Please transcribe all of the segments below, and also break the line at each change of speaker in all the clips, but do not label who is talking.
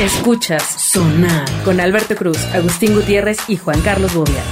Escuchas Sonar con Alberto Cruz, Agustín Gutiérrez y Juan Carlos Bobia.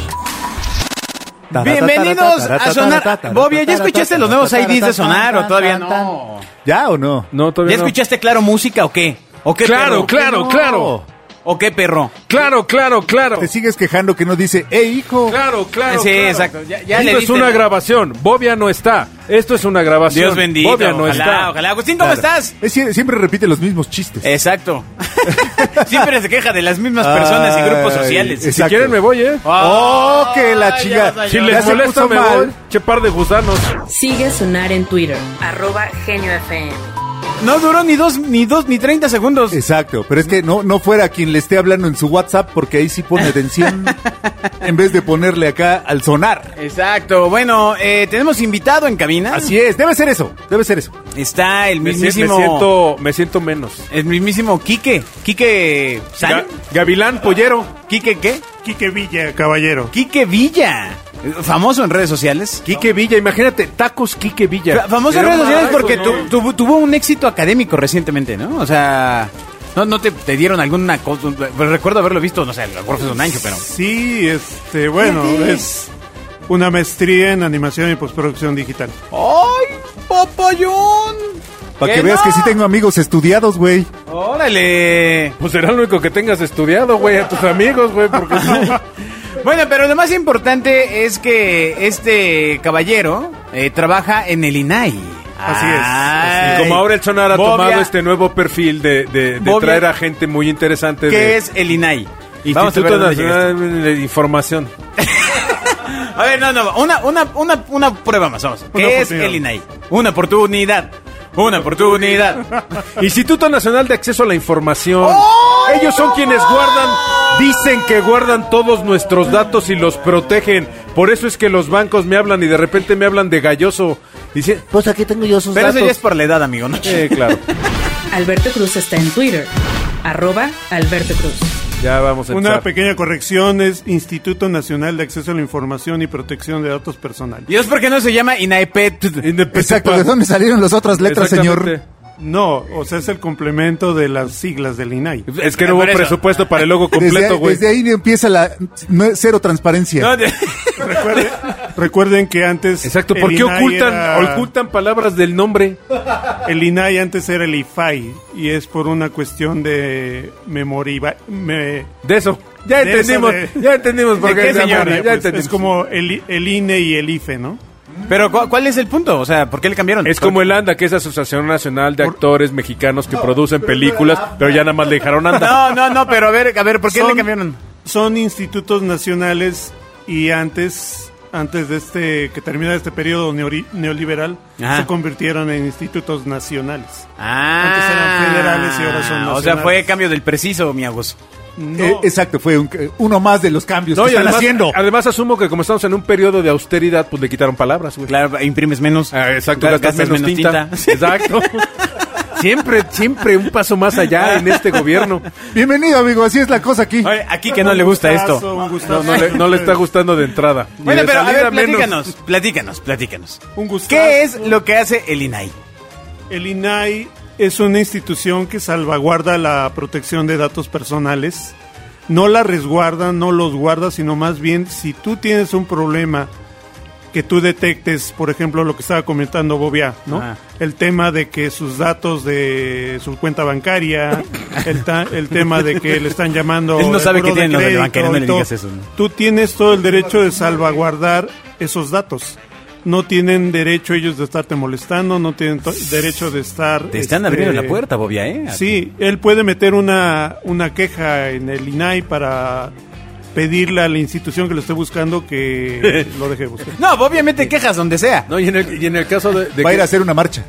Bienvenidos a Sonar. Bobia, ¿ya escuchaste los nuevos IDs de Sonar o todavía no?
¿Ya o no?
No,
¿Ya
todavía no.
escuchaste Claro Música o qué? ¿O qué perro?
Claro, claro,
No.
claro.
¿O qué perro?
Claro, claro, claro.
Te sigues quejando que no dice, eh, hijo.
Claro, claro.
Sí,
claro.
exacto. Ya- ya le
Esto es
diste,
una
¿no?
grabación. Bobia no está. Esto es una grabación.
Dios bendito.
Bobia no
ojalá,
está.
ojalá. Agustín, ¿cómo
Claro.
estás?
Es sie- siempre repite los mismos
Eh.
chistes.
Exacto. Siempre se queja de las mismas personas y grupos
Ay,
sociales.
es-
Si
Exacto.
quieren me voy, ¿eh?
¡Oh, que la
Ay, ya vas
chica!
a
Si
ya
les
se
molesta
puso
me voy. Che par de gusanos.
Sigue Sonar en Twitter, arroba Genio FM.
No duró ni dos, ni dos, ni 30 segundos.
Exacto, pero es que no, no fuera quien le esté hablando en su WhatsApp porque ahí sí pone atención en vez de ponerle acá al sonar.
Exacto. Bueno, eh, tenemos invitado en cabina.
Así es, debe ser eso, debe ser eso.
Está el
Me, si- me
mismísimo.
siento, me siento menos.
El mismísimo Quique. Quique. ¿San?
Ga- Gavilán Pollero.
¿Quique qué?
Quique Villa, caballero.
Quique Villa. Famoso en redes sociales.
Quique Villa, imagínate, tacos Quique Villa.
Fa- Famoso en
Era
redes
un
sociales
taco,
porque
¿no?
tu- tuvo- tuvo un éxito académico recientemente, ¿no? O sea, no, no te, te dieron alguna cosa. pero Recuerdo haberlo visto, no sé, a lo mejor fue hace un año, pero.
Sí, este, bueno, es una maestría en animación y postproducción digital.
¡Ay, papayón!
Para que veas
no?
que sí tengo amigos estudiados, güey.
¡Órale!
Pues será lo único que tengas estudiado, güey, a tus amigos, güey, porque no.
Bueno, pero lo más importante es que este caballero eh, trabaja en el INAI.
Así es,
Ay.
Y como ahora el Sonar ha
Bobia,
tomado este nuevo perfil de, de- de
Bobia.
traer a gente muy interesante. de-
¿Qué es el INAI? Vamos a ver
Instituto
dónde llega este. esto.
Nacional de Información.
A ver, no, no, una, una, una, una prueba más, vamos.
Una
¿Qué es
oportunidad.
el INAI? Una oportunidad. Una oportunidad.
Instituto Nacional de Acceso a la Información. Ellos son quienes guardan, dicen que guardan todos nuestros datos y los protegen. Por eso es que los bancos me hablan y de repente me hablan de galloso. Dice,
Pues aquí tengo yo sus
Pero eso
datos.
ya es por la edad, amigo, ¿no?
eh, claro,
Alberto Cruz está en Twitter, arroba Alberto Cruz.
ya vamos a
Una
empezar.
pequeña corrección es Instituto Nacional de Acceso a la Información y Protección de Datos Personales.
Dios, ¿por qué no se llama INAIPET?
Exacto, ¿de dónde salieron las otras letras, señor?
Exactamente.
No, o sea, es el complemento de las siglas del INAI.
Es que no hubo
Por eso.
presupuesto para el logo completo,
Desde,
güey.
desde ahí empieza la no- cero transparencia.
No, de-
Recuerden, recuerden que antes...
Exacto,
el
¿por qué
INAI
ocultan,
era-
ocultan palabras del nombre?
El INAI antes era el IFAI y es por una cuestión de memoria... me-
De eso. Ya
De
entendimos,
eso de-
ya entendimos por
¿De
qué,
qué,
se llama,
señor?
ya
Pues,
entendimos.
es como el, el INE y el IFE, ¿no?
Pero, ¿cu- ¿cuál es el punto? O sea, ¿por qué le cambiaron?
Es como el ANDA, que es Asociación Nacional de Actores Mexicanos que producen películas, pero ya nada más le dejaron ANDA.
No, no, no, pero a ver, a ver, ¿por qué le
Son-
eh,
cambiaron?
Son institutos nacionales y antes antes de este que termina este periodo neori- neoliberal
Ajá.
se convirtieron en institutos nacionales.
Ah,
Antes eran federales y
O
ahora son
sea,
nacionales.
fue cambio del preciso, mi Agus.
No,
Eh, exacto, fue un- uno más de los cambios
No,
que
y
están
además,
haciendo.
además asumo que como estamos en un periodo de austeridad, pues le quitaron palabras, güey.
Claro, imprimes menos.
Ah, exacto,
Ga-
gastas, menos, tinta. Exacto. siempre, siempre un paso más allá en este gobierno.
Bienvenido, amigo, así es la cosa aquí.
Oye, aquí que no le gusta
gustazo,
esto.
un
No,
gustazo.
no le, no le está gustando de entrada. Ni
Bueno,
de
pero a
salida
ver,
menos.
platícanos, platícanos, platícanos.
Un gustazo.
¿Qué es lo que hace el INAI?
El INAI es una institución que salvaguarda la protección de datos personales. No la resguarda, no los guarda, sino más bien si tú tienes un problema que tú detectes, por ejemplo, lo que estaba comentando Bobia, ¿no?
Ajá.
El tema de que sus datos de su cuenta bancaria, el, ta- el tema de que le están llamando.
Él no
del
sabe
buró
que tiene
de
lo de
crédito
bancaria, no
y
le
todo.
digas eso, ¿no?
Tú tienes todo el derecho de salvaguardar esos datos. No tienen derecho ellos de estarte molestando, no tienen to- derecho de estar...
Te están
este,
abriendo la puerta, Bobia, ¿eh?
Sí, él puede meter una, una queja en el INAI para pedirle a la institución que lo esté buscando que lo deje de buscar.
No, obviamente quejas donde sea.
No, y en el, y en el caso de, de
Va a ir
que-
a hacer una marcha.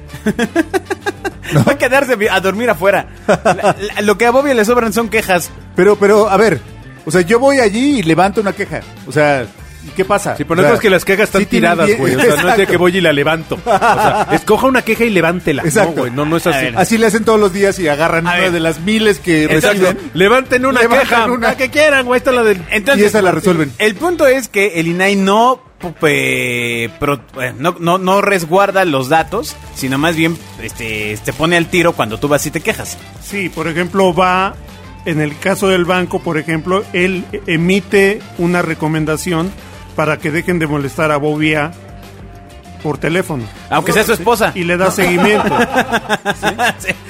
Va a quedarse a dormir afuera. La- la- lo que a Bobia le sobran son quejas.
Pero, pero, a ver, o sea, yo voy allí y levanto una queja. O sea, ¿y qué pasa?
Sí, pero no es que las quejas están
sí tienen
tiradas,
bien-
güey. O sea, no es de
Exacto.
que voy y la levanto. O sea, escoja una queja y levántela.
Exacto.
No, güey, no, no es
A
así.
ver.
Así le hacen todos los días y agarran
A
una
ver.
de las miles que
Exacto.
reciben
Levanten una
Levantan
queja.
una.
La que quieran, güey. Esta es la del.
y esa la resuelven.
El punto es que el INAI no, pu- eh, pro- eh, no, no, no resguarda los datos, sino más bien este, te pone al tiro cuando tú vas y te quejas.
Sí, por ejemplo, va En el caso del banco, por ejemplo, él emite una recomendación para que dejen de molestar a Bobia por teléfono.
Aunque sea su esposa.
Y le da seguimiento.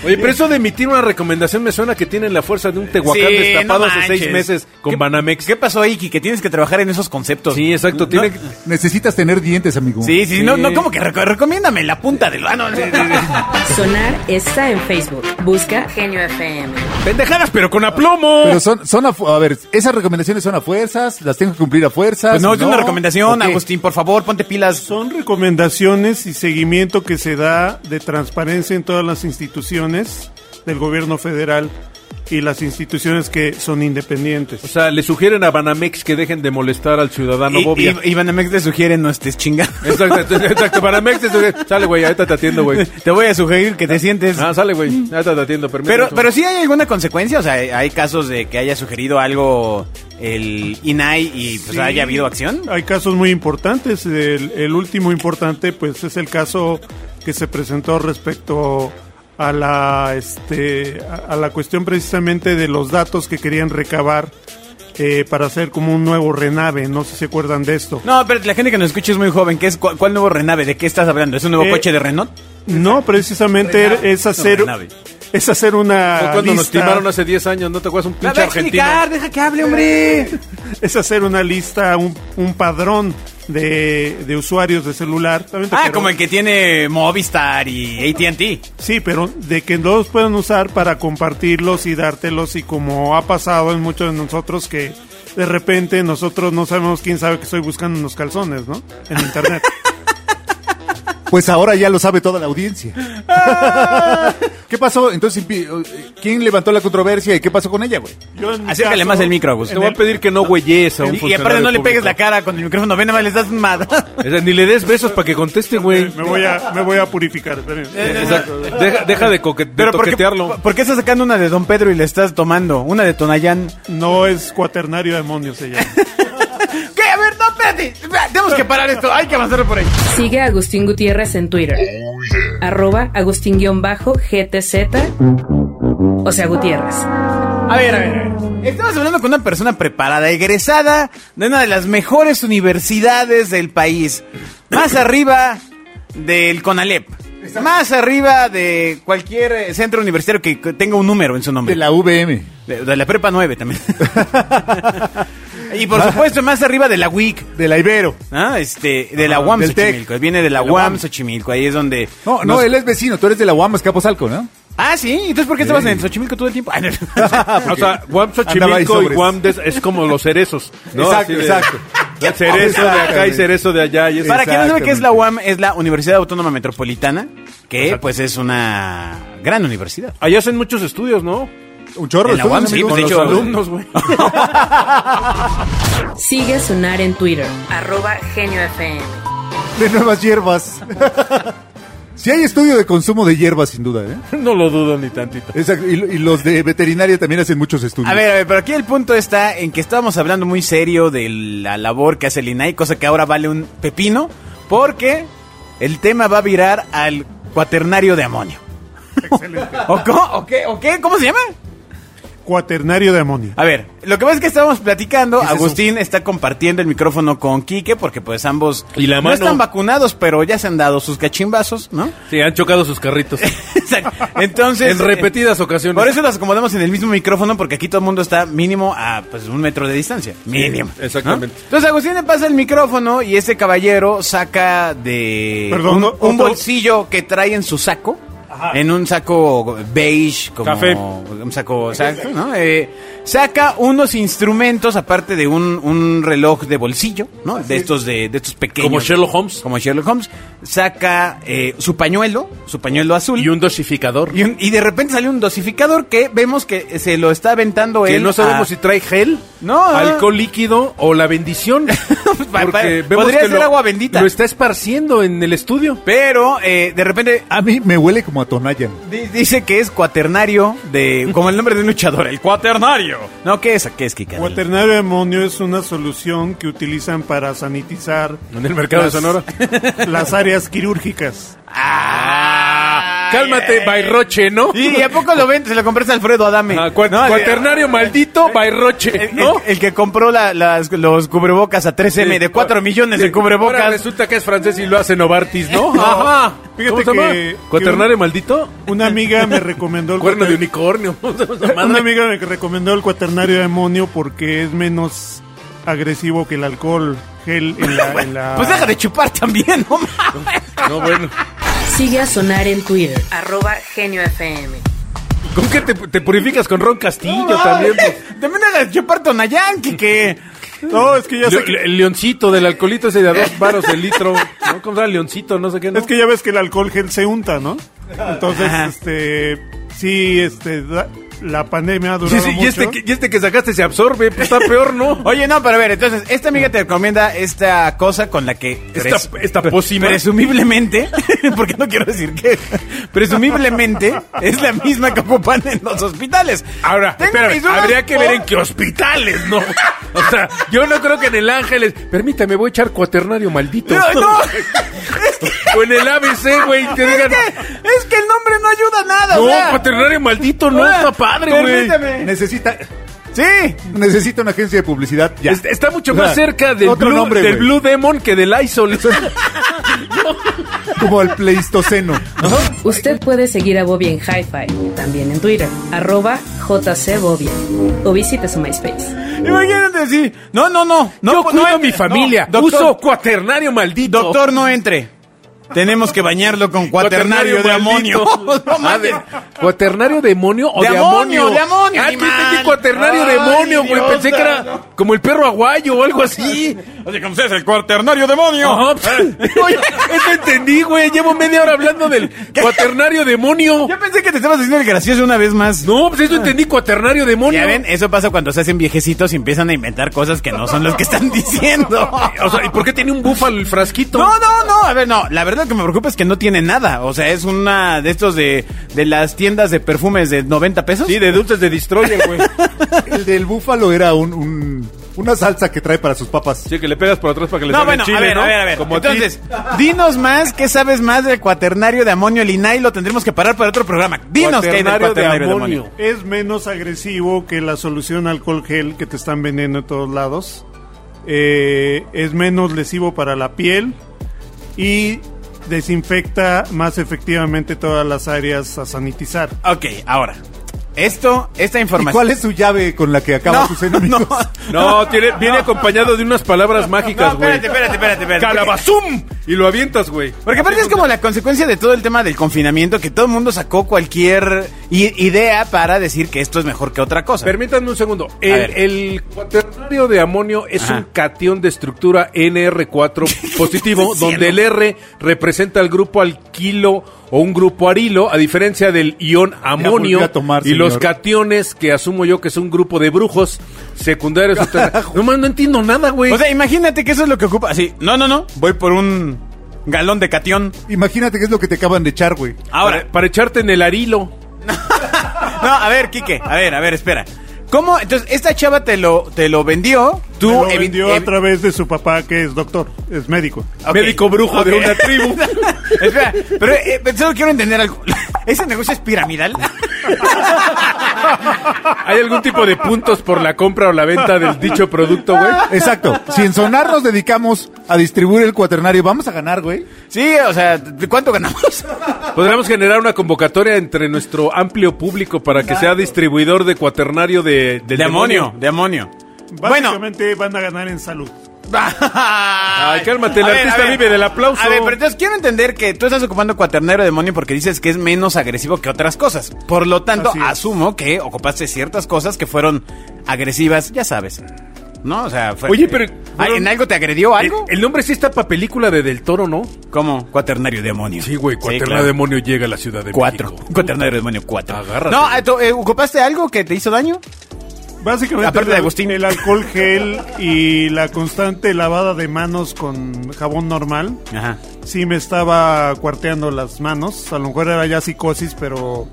Oye, pero eso de emitir una recomendación me suena que tienen la fuerza de un tehuacán
Sí,
destapado
no
hace seis
manches.
meses con
¿Qué-
Banamex.
¿Qué pasó, Iki? Que tienes que trabajar en esos conceptos.
Sí, exacto. Tiene,
No.
Necesitas tener dientes, amigo.
Sí, sí, no,
Sí.
no, como que reco- recomiéndame la punta del. Ah, no, sí, sí, sí.
Sonar está en Facebook. Busca Genio FM.
Pendejadas, pero con aplomo.
Pero son, son a, fu- a ver, esas recomendaciones son a fuerzas, las tengo que cumplir a fuerzas.
Pues no, es una
¿O
recomendación,
qué?
Agustín, por favor, ponte pilas.
Son recomendaciones y seguimiento que se da de transparencia en todas las instituciones del gobierno federal y las instituciones que son independientes.
O sea, le sugieren a Banamex que dejen de molestar al ciudadano
Y,
Bobia.
y, y Banamex te sugiere no estés chingando.
Exacto, exacto. Banamex te sugiere. Sale, güey, ahorita te atiendo, Eh, güey.
Te voy a sugerir que te sientes.
Ah, sale, güey. Ahorita te atiendo, permíteme.
Pero, pero sí hay alguna consecuencia, o sea, hay- hay casos de que haya sugerido algo el INAI y pues
Sí.
haya habido acción.
Hay casos muy importantes. El, el último importante, pues, es el caso que se presentó respecto a la, este, a, a la cuestión precisamente de los datos que querían recabar eh, para hacer como un nuevo renave. No sé si se acuerdan de esto.
No, pero la gente que nos escucha es muy joven. ¿Qué es, cuál, cuál nuevo renave? ¿De qué estás hablando? ¿Es un nuevo
Eh,
coche de Renault?
No, precisamente
Renave.
es hacer,
No, renave.
es hacer
Fue
una
cuando nos
lista-
timaron hace 10 años, ¿no te acuerdas? Un
La
pinche
voy a
argentino.
explicar, deja que hable, hombre.
es hacer una lista, un, un padrón de, de usuarios de celular.
Ah,
Pero-
como el que tiene Movistar y ATT.
Sí, pero de que no los puedan usar para compartirlos y dártelos y como ha pasado en muchos de nosotros que de repente nosotros no sabemos quién sabe que estoy buscando unos calzones, ¿no? En internet.
Pues ahora ya lo sabe toda la audiencia. ¿Qué pasó? Entonces, impi- eh, ¿quién levantó la controversia y qué pasó con ella, güey?
Yo en mi
Acércale
caso-
más el micro, Agus.
Te voy a pedir que no güeyes a un
Y, y aparte no le pegues la cara con el micrófono, ven nada más le das madre.
cara. ni le des besos para que conteste, güey.
Me voy a, me voy a purificar. esperen.
Eh,
Exacto. Deja, deja de, coque- de
¿por qué,
toquetearlo.
por- por qué estás sacando una de Don Pedro y le estás tomando? Una de Tonayán.
No es cuaternario demonio se llama.
¿Qué? A ver, no, espérate. Tenemos que parar esto. Hay que avanzar por ahí.
Sigue a Agustín Gutiérrez en Twitter. Arroba Agustín-GTZ. O sea, Gutiérrez.
A ver, a ver, a ver. Estamos hablando con una persona preparada, egresada de una de las mejores universidades del país. Más arriba del CONALEP. Más arriba de cualquier eh, centro universitario que que tenga un número en su nombre.
De la VM.
De, de la prepa 9 también. y por supuesto, más arriba de la WIC.
De la Ibero.
Ah, este, de la
Ajá,
UAM
del TEC.
Xochimilco. Viene de la,
De la
UAM
UAM.
Xochimilco. Ahí es donde.
No, no,
nos-
él es vecino, tú eres de la UAM, Escaposalco, ¿no?
Ah, sí. Entonces, ¿por qué estabas en Xochimilco todo el tiempo? Ay, no. Ah,
O sea, Guam
Andaba ahí
Xochimilco y
sobres.
Guam des- es como los cerezos. ¿no?
Exacto,
Así de-
exacto.
de Cerezo de acá y
Exactamente.
cerezo de allá. Y eso.
Para quien no sabe qué es
Exactamente.
la UAM, es la Universidad Autónoma Metropolitana, que pues es una gran universidad.
Allá hacen muchos estudios, ¿no?
Un chorro.
En la UAM,
estudios, amigo.
sí, pues
Con
de hecho.
los alumnos.
Alumnos, güey.
Sigue a Sonar en Twitter. Arroba Genio FM.
De nuevas hierbas. Si hay estudio de consumo de hierbas, sin duda, ¿eh?
No lo dudo ni tantito.
Exacto, Y, y los de veterinaria también hacen muchos estudios.
A ver, a ver, pero aquí el punto está en que estábamos hablando muy serio de la labor que hace el INAI, cosa que ahora vale un pepino, porque el tema va a virar al cuaternario de amonio.
Excelente.
¿O, cómo? ¿O qué? ¿O qué? ¿Cómo se llama?
Cuaternario de amonio.
A ver, lo que pasa es que estábamos platicando,
¿Qué es eso?
Agustín está compartiendo el micrófono con Quique, porque pues ambos
Y la
no
mano.
están vacunados, pero ya se han dado sus cachimbazos, ¿no?
Sí, han chocado sus carritos.
Exacto. Entonces.
En repetidas
eh,
ocasiones.
Por eso las acomodamos en el mismo micrófono, porque aquí todo el mundo está mínimo a pues, un metro de distancia. Mínimo.
exactamente.
¿no? Entonces Agustín le pasa el micrófono y este caballero saca de
Perdón,
un,
no,
un
otro-
bolsillo que trae en su saco. En un saco beige, como
Café.
un saco, exacto, ¿no? Eh, saca unos instrumentos, aparte de un, un reloj de bolsillo, ¿no? De estos, de, de estos pequeños.
Como Sherlock Holmes.
Como Sherlock Holmes. Saca eh, su pañuelo, su pañuelo azul.
Y un dosificador.
Y, un- y de repente sale un dosificador que vemos que se lo está aventando
Que
él.
no sabemos
a-
si trae gel,
Ah. No. Pues,
alcohol líquido o la bendición. Porque vemos
Podría
que
ser
lo-
agua bendita.
Lo está esparciendo en el estudio.
Pero eh, de repente
A mí me huele como a Tonayan.
di- dice que es cuaternario de... Como el nombre de un luchador, el cuaternario. No, ¿qué es? ¿Qué es, Kika?
Cuaternario de amonio es una solución que utilizan para sanitizar
En el mercado de
las-
Sonora.
las áreas quirúrgicas.
Ah,
Cálmate, Bairroche, ¿no?
¿Y, y a poco lo ven? Se lo compras a Alfredo Adame.
Ah, cua-
No,
cuaternario maldito, Bairroche,
El,
¿no?
el- el que compró la- las- los cubrebocas a 3M de 4 millones de
Ahora
cubrebocas.
resulta que es francés y lo hace Novartis, ¿no?
No.
Ajá.
Fíjate
¿Cómo se
que-
llama?
que
¿Cuaternario maldito?
Una amiga me recomendó el
Cuerno de
cuater-
unicornio.
Una amiga me recomendó el cuaternario de demonio porque es menos agresivo que el alcohol gel en la... en la-
Pues deja de chupar también, no mames.
No, bueno.
Sigue a Sonar en Twitter, arroba Genio FM.
¿Con qué te, te purificas con Ron Castillo
No,
también? pues.
También deja de chupar Tonayán, que que...
No, es que ya sé
Le-
que-
le- el leoncito del alcoholito ese de a dos varos el litro. ¿No? ¿Cómo se llama? Leoncito, no sé qué. ¿no?
Es que ya ves que el alcohol gel se unta, ¿no? Entonces, este... Sí, este... da- la pandemia ha durado
Sí, sí,
mucho.
y, este que, y este que sacaste se absorbe, pues está peor, ¿no?
Oye, no, pero a ver, entonces, esta amiga te recomienda esta cosa con la que...
Esta,
pres-
esta pócima.
Presumiblemente, porque no quiero decir que presumiblemente es la misma que ocupan en los hospitales.
Ahora,
Tengo
espérame,
mis dudas
habría que
por-
ver en qué hospitales, ¿no? O sea, yo no creo que en el Ángeles. Permítame, voy a echar cuaternario maldito.
No, no.
O en el ABC, güey, que digan.
Es que el nombre no ayuda a nada,
No,
o sea.
cuaternario maldito, no,
Ah,
está padre, güey.
permítame.
Necesita,
Sí.
necesita una agencia de publicidad ya.
Es- Está mucho
O sea,
más cerca del,
otro
Blue,
nombre,
del
güey.
Blue Demon que del Lysol.
Como el pleistoceno.
Usted puede seguir a Bobia en Hi-Fi, también en Twitter, arroba JCBobia, o visite su MySpace.
Imagínate, sí. No, no, no. no pues, no
Yo cuido a
entre-
mi familia.
no, doctor,
Uso cuaternario maldito.
doctor, no entre. Tenemos que bañarlo con cuaternario, de amonio. No
Ah,
mames.
de- ¿Cuaternario demonio o
De
de,
amonio,
amonio?
de amonio,
Ah,
animal.
pensé que cuaternario
Ay,
demonio, güey.
idiota,
Pensé que era
no.
como el perro aguayo o algo así.
Oye, como es el cuaternario demonio.
Ajá, pues. Oye, eso entendí, güey. Llevo media hora hablando del cuaternario demonio.
Yo pensé que te estabas haciendo el gracioso una vez más.
No, pues eso entendí, cuaternario demonio.
Ya ven, eso pasa cuando se hacen viejecitos y empiezan a inventar cosas que no son las que están diciendo.
O sea, ¿y por qué tiene un búfalo el frasquito?
No, no, no, a ver, no, la verdad que me preocupa es que no tiene nada, o sea, es una de estos de, de las tiendas de perfumes de 90 pesos.
Sí, de dulces de destroyer, güey.
El del búfalo era un, un- una salsa que trae para sus papas.
Sí, que le pegas por atrás para que le
no,
salga
bueno,
el chile,
a ver,
¿no?
a ver, a ver.
Como ti.
Entonces, dinos más, ¿qué sabes más del cuaternario de amonio? El INAI lo tendremos que parar para otro programa. Dinos qué hay del
Cuaternario de
cuaternario de amonio.
amonio.
Es menos agresivo que la solución alcohol gel que te están vendiendo en todos lados. Eh, es menos lesivo para la piel y desinfecta más efectivamente todas las áreas a sanitizar.
Ok, ahora, esto, esta
¿Y
información...
cuál es su llave con la que acaba sus enemigos?
No, tiene, viene acompañado de unas palabras
No,
mágicas, güey.
espérate, espérate, espérate, espérate.
¡Calabazum! Y lo avientas, güey.
Porque aparte es como la consecuencia de todo el tema del confinamiento, que todo el mundo sacó cualquier i- idea para decir que esto es mejor que otra cosa.
Permítanme un segundo.
ver.
El, el cuaternario de amonio es
Ajá.
un cation de estructura NR4 positivo,
Sí,
donde
¿no?
el R representa al grupo alquilo o un grupo arilo, a diferencia del ion
volví
amonio
a tomar,
y los
señor.
cationes, que asumo yo que es un grupo de brujos secundarios. o terciarios. no, man, no entiendo nada, güey.
O sea, imagínate que eso es lo que ocupa. Así, no, no, no, voy por un galón de catión.
Imagínate qué es lo que te acaban de echar, güey.
Ahora,
para, para echarte en el arilo.
no, a ver, Quique, a ver, a ver, espera. ¿Cómo? Entonces, esta chava te lo, te lo vendió. Tú
Tú lo
evi-
vendió
evi-
a través de su papá que es doctor, es médico.
Ok.
Médico brujo de
Ok.
una tribu.
Espera, pero eh, solo quiero entender algo. ¿Ese negocio es piramidal?
¿Hay algún tipo de puntos por la compra o la venta del dicho producto, güey?
Exacto. Si en Sonar nos dedicamos a distribuir el cuaternario, vamos a ganar, güey.
Sí, o sea, ¿cuánto ganamos?
Podríamos generar una convocatoria entre nuestro amplio público para que sea distribuidor de cuaternario de, del
Demonio, demonio. Bueno,
Básicamente van a ganar en salud.
Ay,
cálmate, el artista vive del aplauso.
A ver, pero entonces quiero entender que tú estás ocupando cuaternario demonio porque dices que es menos agresivo que otras cosas. Por lo tanto,
Así es.
asumo que ocupaste ciertas cosas que fueron agresivas, ya sabes. ¿No? O sea, fue-
Oye, pero-
Ay, ¿En algo te agredió
El,
algo?
el nombre sí está para película de Del Toro, ¿no?
¿Cómo? Cuaternario demonio.
Sí, güey, cuaternario
claro.
demonio llega a la ciudad de
Cuatro.
México.
Cuaternario demonio cuatro.
Agárrate.
No, ah, ¿tú, eh, ¿ocupaste algo que te hizo daño?
Básicamente
Aparte de
el-
Agustín.
el alcohol gel y la constante lavada de manos con jabón normal.
Ajá.
Sí, me estaba cuarteando las manos. A lo mejor era ya psicosis, pero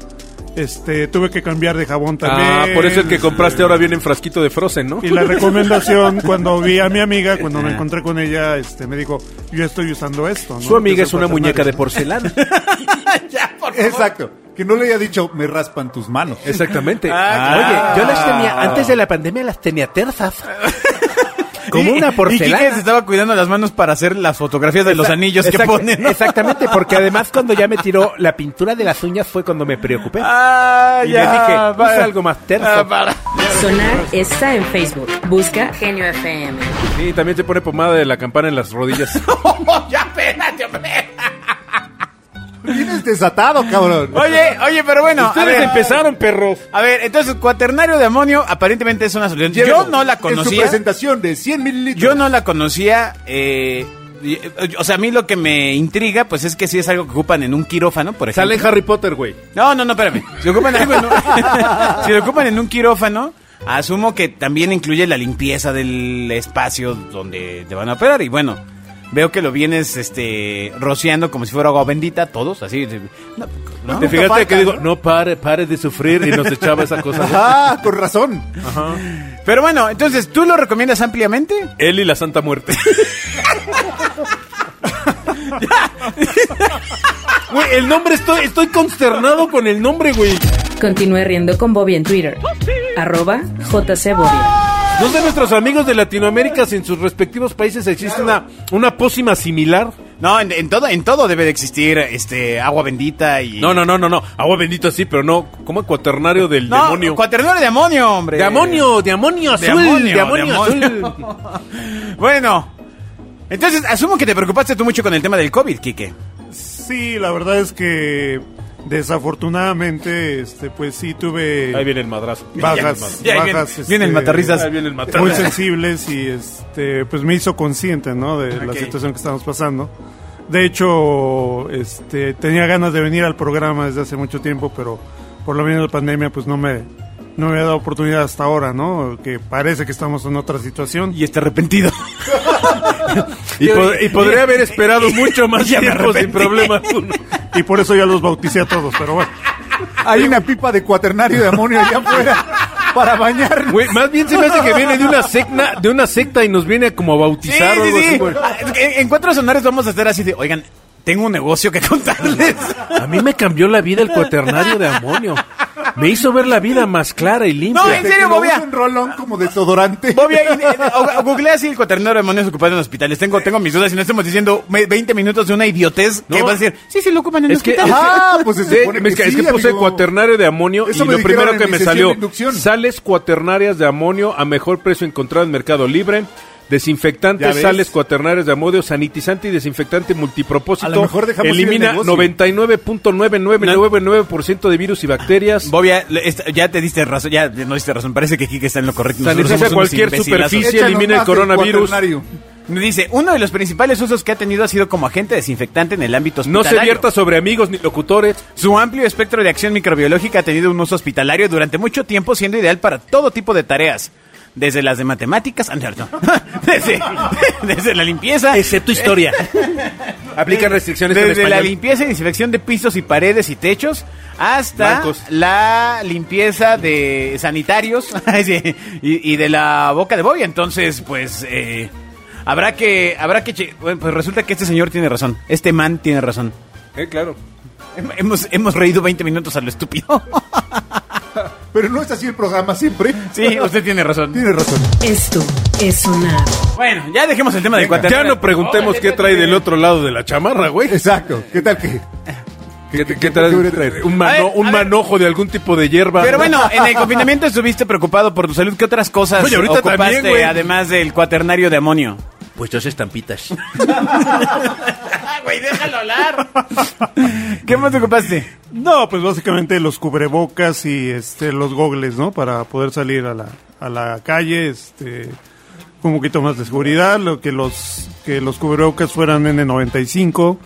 Este, tuve que cambiar de jabón también.
Ah, por eso el que compraste ahora viene en frasquito de Frozen, ¿no?
Y la recomendación, cuando vi a mi amiga, cuando
Ah.
me encontré con ella, este, me dijo, yo estoy usando esto. ¿no?
Su amiga es
Entonces,
una
para
muñeca de
terminar,
porcelana.
ya, por favor.
Exacto. Que no le haya dicho, me raspan tus manos.
Exactamente.
Ah,
Oye, yo las tenía, antes de la pandemia las tenía terzas. Como
Y-
una
Y Quique se
porcelana.
estaba cuidando las manos para hacer las fotografías de los anillos que
Exact-
ponen. ¿no?
Exactamente, porque además cuando ya me tiró la pintura de las uñas fue cuando me preocupé.
Ah,
Y le
ya.
dije,
va-
usa algo más terso.
Ah, para.
Sonar está en Facebook. Busca Genio FM.
Sí, también te pone pomada de la campana en las rodillas.
ya, espérate, hombre.
Vienes desatado, cabrón.
Oye, oye, pero bueno. a
Ustedes
ver.
empezaron, perros.
A ver, entonces, cuaternario de amonio aparentemente es una solución. Yo no la
En su
conocía.
presentación de 100 mililitros.
Yo no la conocía. eh, y- o sea, a mí lo que me intriga, pues es que sí es algo que ocupan en un quirófano, por ejemplo.
Sale en Harry Potter, güey.
No, no, no, espérame. Si ocupan algo en un, si lo ocupan en un quirófano, asumo que también incluye la limpieza del espacio donde te van a operar. Y bueno, veo que lo vienes este rociando como si fuera agua bendita, todos, así. no, ¿no?
Te fijaste
falta,
que digo,
¿no?
no pare, pare de sufrir y nos echaba esa cosa. güey.
Ah, con razón.
Pero bueno, entonces, ¿tú lo recomiendas ampliamente?
Él y la Santa Muerte. Güey, el nombre estoy, estoy consternado con el nombre, güey.
Continúe riendo con Bobby en Twitter. Arroba JC Bobby.
Dos de nuestros amigos de Latinoamérica en sus respectivos países existe una, una pócima similar.
No, en, en todo, en todo debe de existir este agua bendita y.
No, no, no, no, no. Agua bendita sí, pero no. Como cuaternario del
No,
demonio.
cuaternario de amonio, hombre.
De amonio, de amonio
De
azul,
amonio,
de amonio,
de amonio.
azul.
Bueno. Entonces, asumo que te preocupaste tú mucho con el tema del COVID, Quique.
Sí, la verdad es que desafortunadamente, este, pues sí tuve
Ahí viene el madrazo.
bajas,
Ya, ahí viene-
bajas, este,
viene el matarrisas.
Ahí viene el matarrisas.
muy sensibles y este, pues me hizo consciente, ¿no? De la
Ok.
situación que estamos pasando. De hecho, este, tenía ganas de venir al programa desde hace mucho tiempo, pero por lo menos la pandemia, pues no me, no me había dado oportunidad hasta ahora, ¿no? Que parece que estamos en otra situación.
Y está arrepentido.
Y, pod- y podría haber esperado mucho más tiempo sin problema alguno.
Y por eso ya los bauticé a todos, pero bueno.
Hay una pipa de cuaternario de amonio allá afuera para bañarnos.
Güey, más bien se me hace que viene de una secta, de una secta y nos viene como a
Sí,
bautizar
sí,
o algo
sí.
así, güey.
Ah, En, en cuatro sonares vamos a estar así de, oigan, tengo un negocio que contarles.
A mí me cambió la vida el cuaternario de amonio. Me hizo ver la vida más clara y limpia.
No, en serio, Bobia.
un rolón como desodorante.
Bobby, ahí, eh, o- o googleé así el cuaternario de demonios ocupado en hospitales. Tengo, tengo mis dudas y no estamos diciendo me- 20 minutos de una idiotez que
No.
vas a decir, sí, sí, lo ocupan en
Es que,
hospitales.
Ah, pues se
Sí,
supone que
es que, es
sí,
que puse
amigo.
cuaternario de amonio
Eso
y
me
lo
dijeron
primero
en
que
mi
me
sesión de
salió,
inducción.
sales cuaternarias de amonio a mejor precio encontrado en Mercado Libre,
¿Ya
desinfectantes,
ves?
sales cuaternarias de amonio, sanitizante y desinfectante multipropósito,
A lo mejor dejamos ir el
elimina
negocio.
99.9999% de virus y bacterias,
Ah. Bobby, le- esta- ya te diste razón, ya no diste razón. Parece que Quique está en lo correcto. Nosotros
sanitiza
somos unos
cualquier
imbecilazos.
superficie,
Échanos
elimina el
más del
coronavirus.
cuaternario.
Me dice, uno de los principales usos que ha tenido ha sido como agente desinfectante en el ámbito
no
hospitalario.
se vierta sobre amigos ni locutores,
Su amplio espectro de acción microbiológica ha tenido un uso hospitalario durante mucho tiempo, siendo ideal para todo tipo de tareas. Desde las de matemáticas, ah, no, no. desde, desde la limpieza,
Excepto historia.
aplican restricciones en
desde la
español.
limpieza y desinfección de pisos y paredes y techos, hasta
Bancos.
la limpieza de sanitarios sí, y, y de la boca de bobia. Entonces, pues eh, habrá que, habrá que, che- bueno, pues resulta que este señor tiene razón, este man tiene razón.
Eh, claro.
Hem- Hemos, hemos reído 20 minutos a lo estúpido.
Pero no es así el programa siempre.
Sí, usted tiene razón.
Tiene razón.
Esto es sonar.
Bueno, ya dejemos el tema del
Ya
cuaternario.
no preguntemos qué trae del otro lado de la chamarra, güey.
Exacto. ¿Qué tal que?
¿Qué, qué
qué
traes?
debería traer?
Un,
A ver,
mano- un
a ver.
manojo de algún tipo de hierba.
Pero bueno, eh, en el confinamiento estuviste preocupado por tu salud. ¿Qué otras cosas
Oye, ahorita
ocupaste
también, güey.
además del cuaternario de amonio?
Pues dos estampitas.
Güey, déjalo hablar. ¿Qué más te ocupaste?
No, pues básicamente los cubrebocas y este los gogles, ¿no? Para poder salir a la, a la calle, este con un poquito más de seguridad, lo que los que los cubrebocas fueran N95,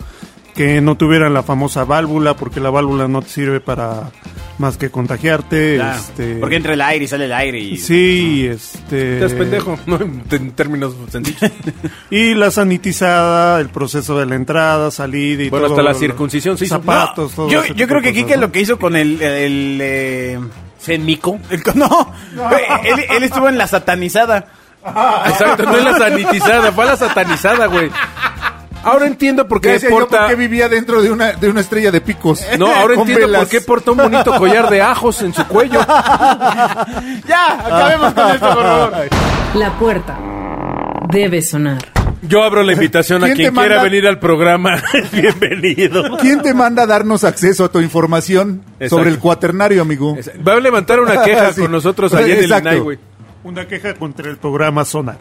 que no tuvieran la famosa válvula, porque la válvula no te sirve para más que contagiarte.
Claro,
este,
Porque entra el aire y sale el aire y...
Sí, este.
Te es pendejo, ¿no? En, en términos sencillos.
Y la sanitizada, el proceso de la entrada, salida y
Bueno,
todo.
hasta la
lo-
circuncisión se hizo.
Zapatos, todo
yo,
ese
yo
tipo
creo
de
que Kike
cosas, ¿no?
lo que hizo con el... el, eh,
¿Senmico?
el co- no, él, él estuvo en la satanizada.
Exacto, no es la sanitizada, fue a la satanizada, güey. Ahora entiendo por
¿Qué
qué
decía yo?
porta.
¿Por qué vivía dentro de una, de una estrella de picos?
No, ahora
Con
entiendo
velas.
por qué porta un bonito collar de ajos en su cuello.
Ya,
Ah.
acabemos con
este
esto, por favor.
La puerta debe sonar.
Yo abro la invitación a
¿Quién te
quien quiera
manda?
venir al programa. Bienvenido.
¿Quién te manda a darnos acceso a tu información
Exacto.
sobre el cuaternario, amigo?
Va a levantar una queja
Sí.
con nosotros ayer en el
Exacto.
INAI, güey.
Una queja contra el programa Sonar.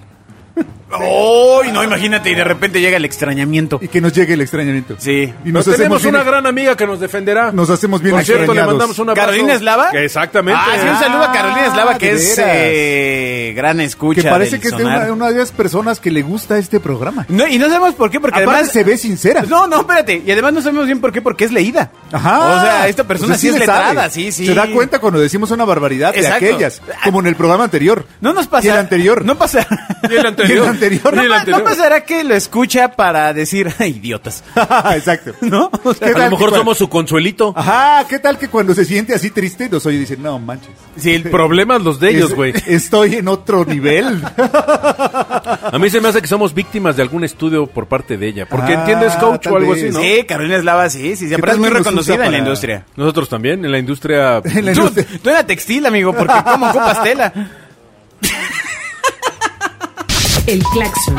Uy, no, imagínate, y de repente llega el extrañamiento.
Y que nos llegue el extrañamiento.
Sí.
Y
Pero
nos hacemos
tenemos
bien,
una gran amiga que nos defenderá.
nos hacemos bien
Por cierto, le
extrañados.
mandamos una
¿Carolina Eslava?
Exactamente.
Ah, sí, un saludo a Carolina Eslava, que
de
es
veras.
eh, gran escucha.
Que parece
del
que es de
sonar.
una, una de las personas que le gusta este programa.
No, y no sabemos por qué, porque
Aparte
además.
se ve sincera.
No, no, espérate. Y además no sabemos bien por qué, porque es leída.
Ajá.
O sea, esta persona
Entonces,
sí, es
le sabe.
letrada, sí, sí.
Se da cuenta cuando decimos una barbaridad
Exacto.
de aquellas, como en el programa anterior.
No nos pasa.
Y el anterior.
No pasa.
Y el
Y el
anterior.
anterior.
No,
Y el
pa-
anterior.
no pasará que lo escucha para decir, "Ay, idiotas.
Exacto.
¿No? O sea,
¿Qué
A
tal Ah.
lo mejor
que cuando-
somos su consuelito.
Ajá, ¿qué tal que cuando se siente así triste nos oye y dice, no manches?
Sí, el problema es los de ellos,
Es-
güey.
Estoy en otro nivel.
A mí se me hace que somos víctimas de algún estudio por parte de ella. Porque
Ah,
entiendes coach o
tal
algo
vez.
así, ¿no?
Sí, Carolina Eslava, sí, sí. sí.
¿Qué
Pero es
tal
muy
que nos usa
reconocida en la
para-
industria.
Nosotros también, en la industria...
En la
Tú,
industria.
tú era textil, amigo, porque como copas tela.
El claxon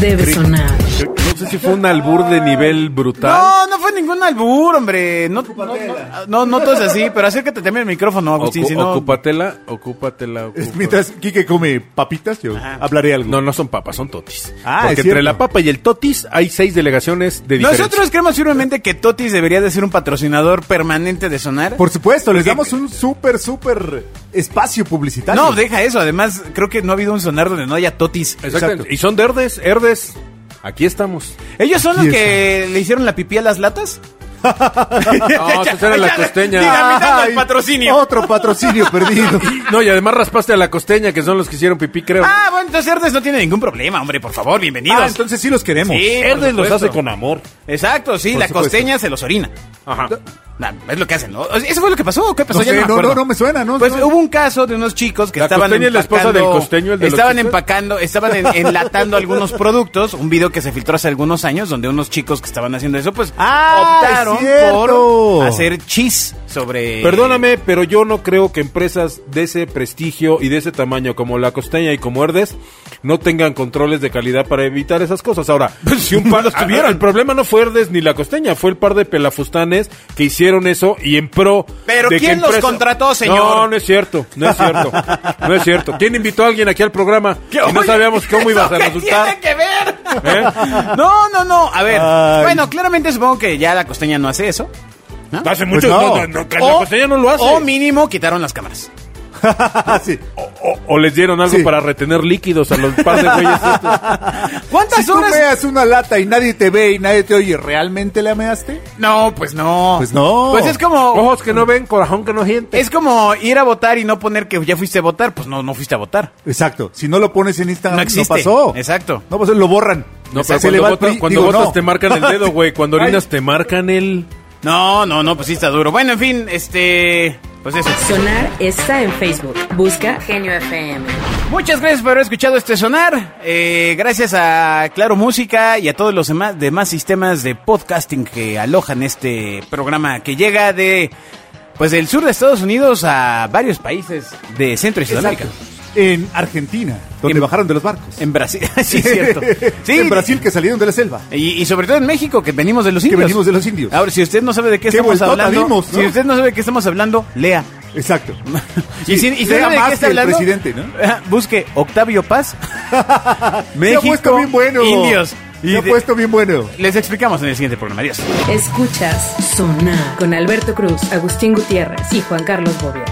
debe sonar.
No sé si fue un albur de nivel brutal.
No, no fue ningún albur, hombre. No, no, no, no, no todo es así, pero acércate también al micrófono, Agustín,
Ocu-
si no...
Ocúpatela, ocúpatela, ocúpatela.
Mientras Quique come papitas, yo hablaré algo.
No, no son papas, son totis.
Ah,
Porque
es
entre
cierto.
la papa y el totis hay seis delegaciones de diferencia.
Nosotros creemos firmemente que Totis debería de ser un patrocinador permanente de Sonar.
Por supuesto, les
Porque-
damos un súper, súper espacio publicitario.
No, deja eso. Además, creo que no ha habido un Sonar donde no haya Totis.
Exactamente.
Exacto.
Y son de Erdes, Erdes. Aquí estamos.
¿Ellos son los
Y eso.
que le hicieron la pipí a las latas?
No, esa era la costeña.
Dinamitando el
Ay,
patrocinio.
Otro patrocinio perdido.
No, y además raspaste a la costeña, que son los que hicieron pipí, creo.
Ah, bueno, entonces Erdes no tiene ningún problema, hombre. Por favor, bienvenidos.
Ah, entonces sí los queremos.
Sí, por
Erdes los
supuesto.
hace con amor.
Exacto, sí,
Por
la
supuesto.
costeña se los orina.
Ajá.
Nah, es lo que hacen, ¿no? O sea, ¿Eso fue lo que pasó? o ¿Qué pasó?
No
Ya
sé,
me
no,
acuerdo.
no, no me suena, ¿no?
Pues
No.
hubo un caso de unos chicos que
La
estaban
costeña es la esposa
empacando-
del costeño, el de los
estaban
chistes.
empacando, estaban en- enlatando algunos productos, un video que se filtró hace algunos años donde unos chicos que estaban haciendo eso, pues
Ah,
optaron
es cierto.
por hacer chis sobre
Perdóname, pero yo no creo que empresas de ese prestigio y de ese tamaño como la costeña y como Erdes no tengan controles de calidad para evitar esas cosas. Ahora, si un par los tuvieron, el problema no fue Erdes ni la costeña, fue el par de pelafustanes que hicieron eso y en pro.
Pero
de que
¿quién los contrató, señor?
No, no es cierto, no es cierto, no es cierto. ¿Quién invitó a alguien aquí al programa?
¿Qué-
Y no
Oye,
sabíamos cómo ibas
¿eso
a
qué
resultar.
tiene que ver?
¿Eh?
No, no, no, a ver.
Ay.
Bueno, claramente supongo que ya la costeña no hace eso.
Hace
Pues
mucho
no.
no, no, no, la costeña no lo hace.
O mínimo quitaron las cámaras.
Ah, sí.
O, o les dieron algo
Sí.
para retener líquidos a los par de güeyes estos.
¿Cuántas
Si tú
horas?
meas una lata y nadie te ve y nadie te oye, ¿realmente la measte?
No, pues no.
Pues no. Eh,
Pues es como
Ojos que no ven, corazón que no siente.
Es como ir a votar y no poner que ya fuiste a votar, pues no, no fuiste a votar.
Exacto. Si no lo pones en Instagram, no,
No existe.
pasó.
Exacto.
No pasó, lo borran.
No,
Se
pero
le
cuando,
va el
vota-
PRI,
cuando
digo,
votas
no.
te marcan el dedo, güey. Cuando orinas te marcan el...
No, no, no, pues sí está duro. Bueno, en fin, este. Pues eso.
Sonar está en Facebook. Busca Genio FM.
Muchas gracias por haber escuchado este sonar. Eh, gracias a Claro Música y a todos los demás, demás sistemas de podcasting que alojan este programa que llega de. Pues del sur de Estados Unidos a varios países de Centro y Sudamérica.
Exacto. En Argentina, donde
En-
bajaron de los barcos.
En Brasil, sí, es cierto. Sí,
en Brasil que salieron de la selva.
Y, y sobre todo en México, que venimos de los
Que
indios. Ah.
venimos de los indios.
Ahora, si usted no sabe de qué,
Qué
estamos
vueltota
hablando,
dimos, ¿no?
si usted no sabe de qué estamos hablando, lea.
Exacto.
y si, y si
lea
sabe de
más
qué está
que el
hablando,
presidente, ¿no?
ajá, busque Octavio Paz,
Se ha puesto bien bueno.
indios. Y
Se ha
de-
puesto bien bueno.
les explicamos en el siguiente programa. Adiós.
Escuchas Sonar con Alberto Cruz, Agustín Gutiérrez y Juan Carlos Bobia.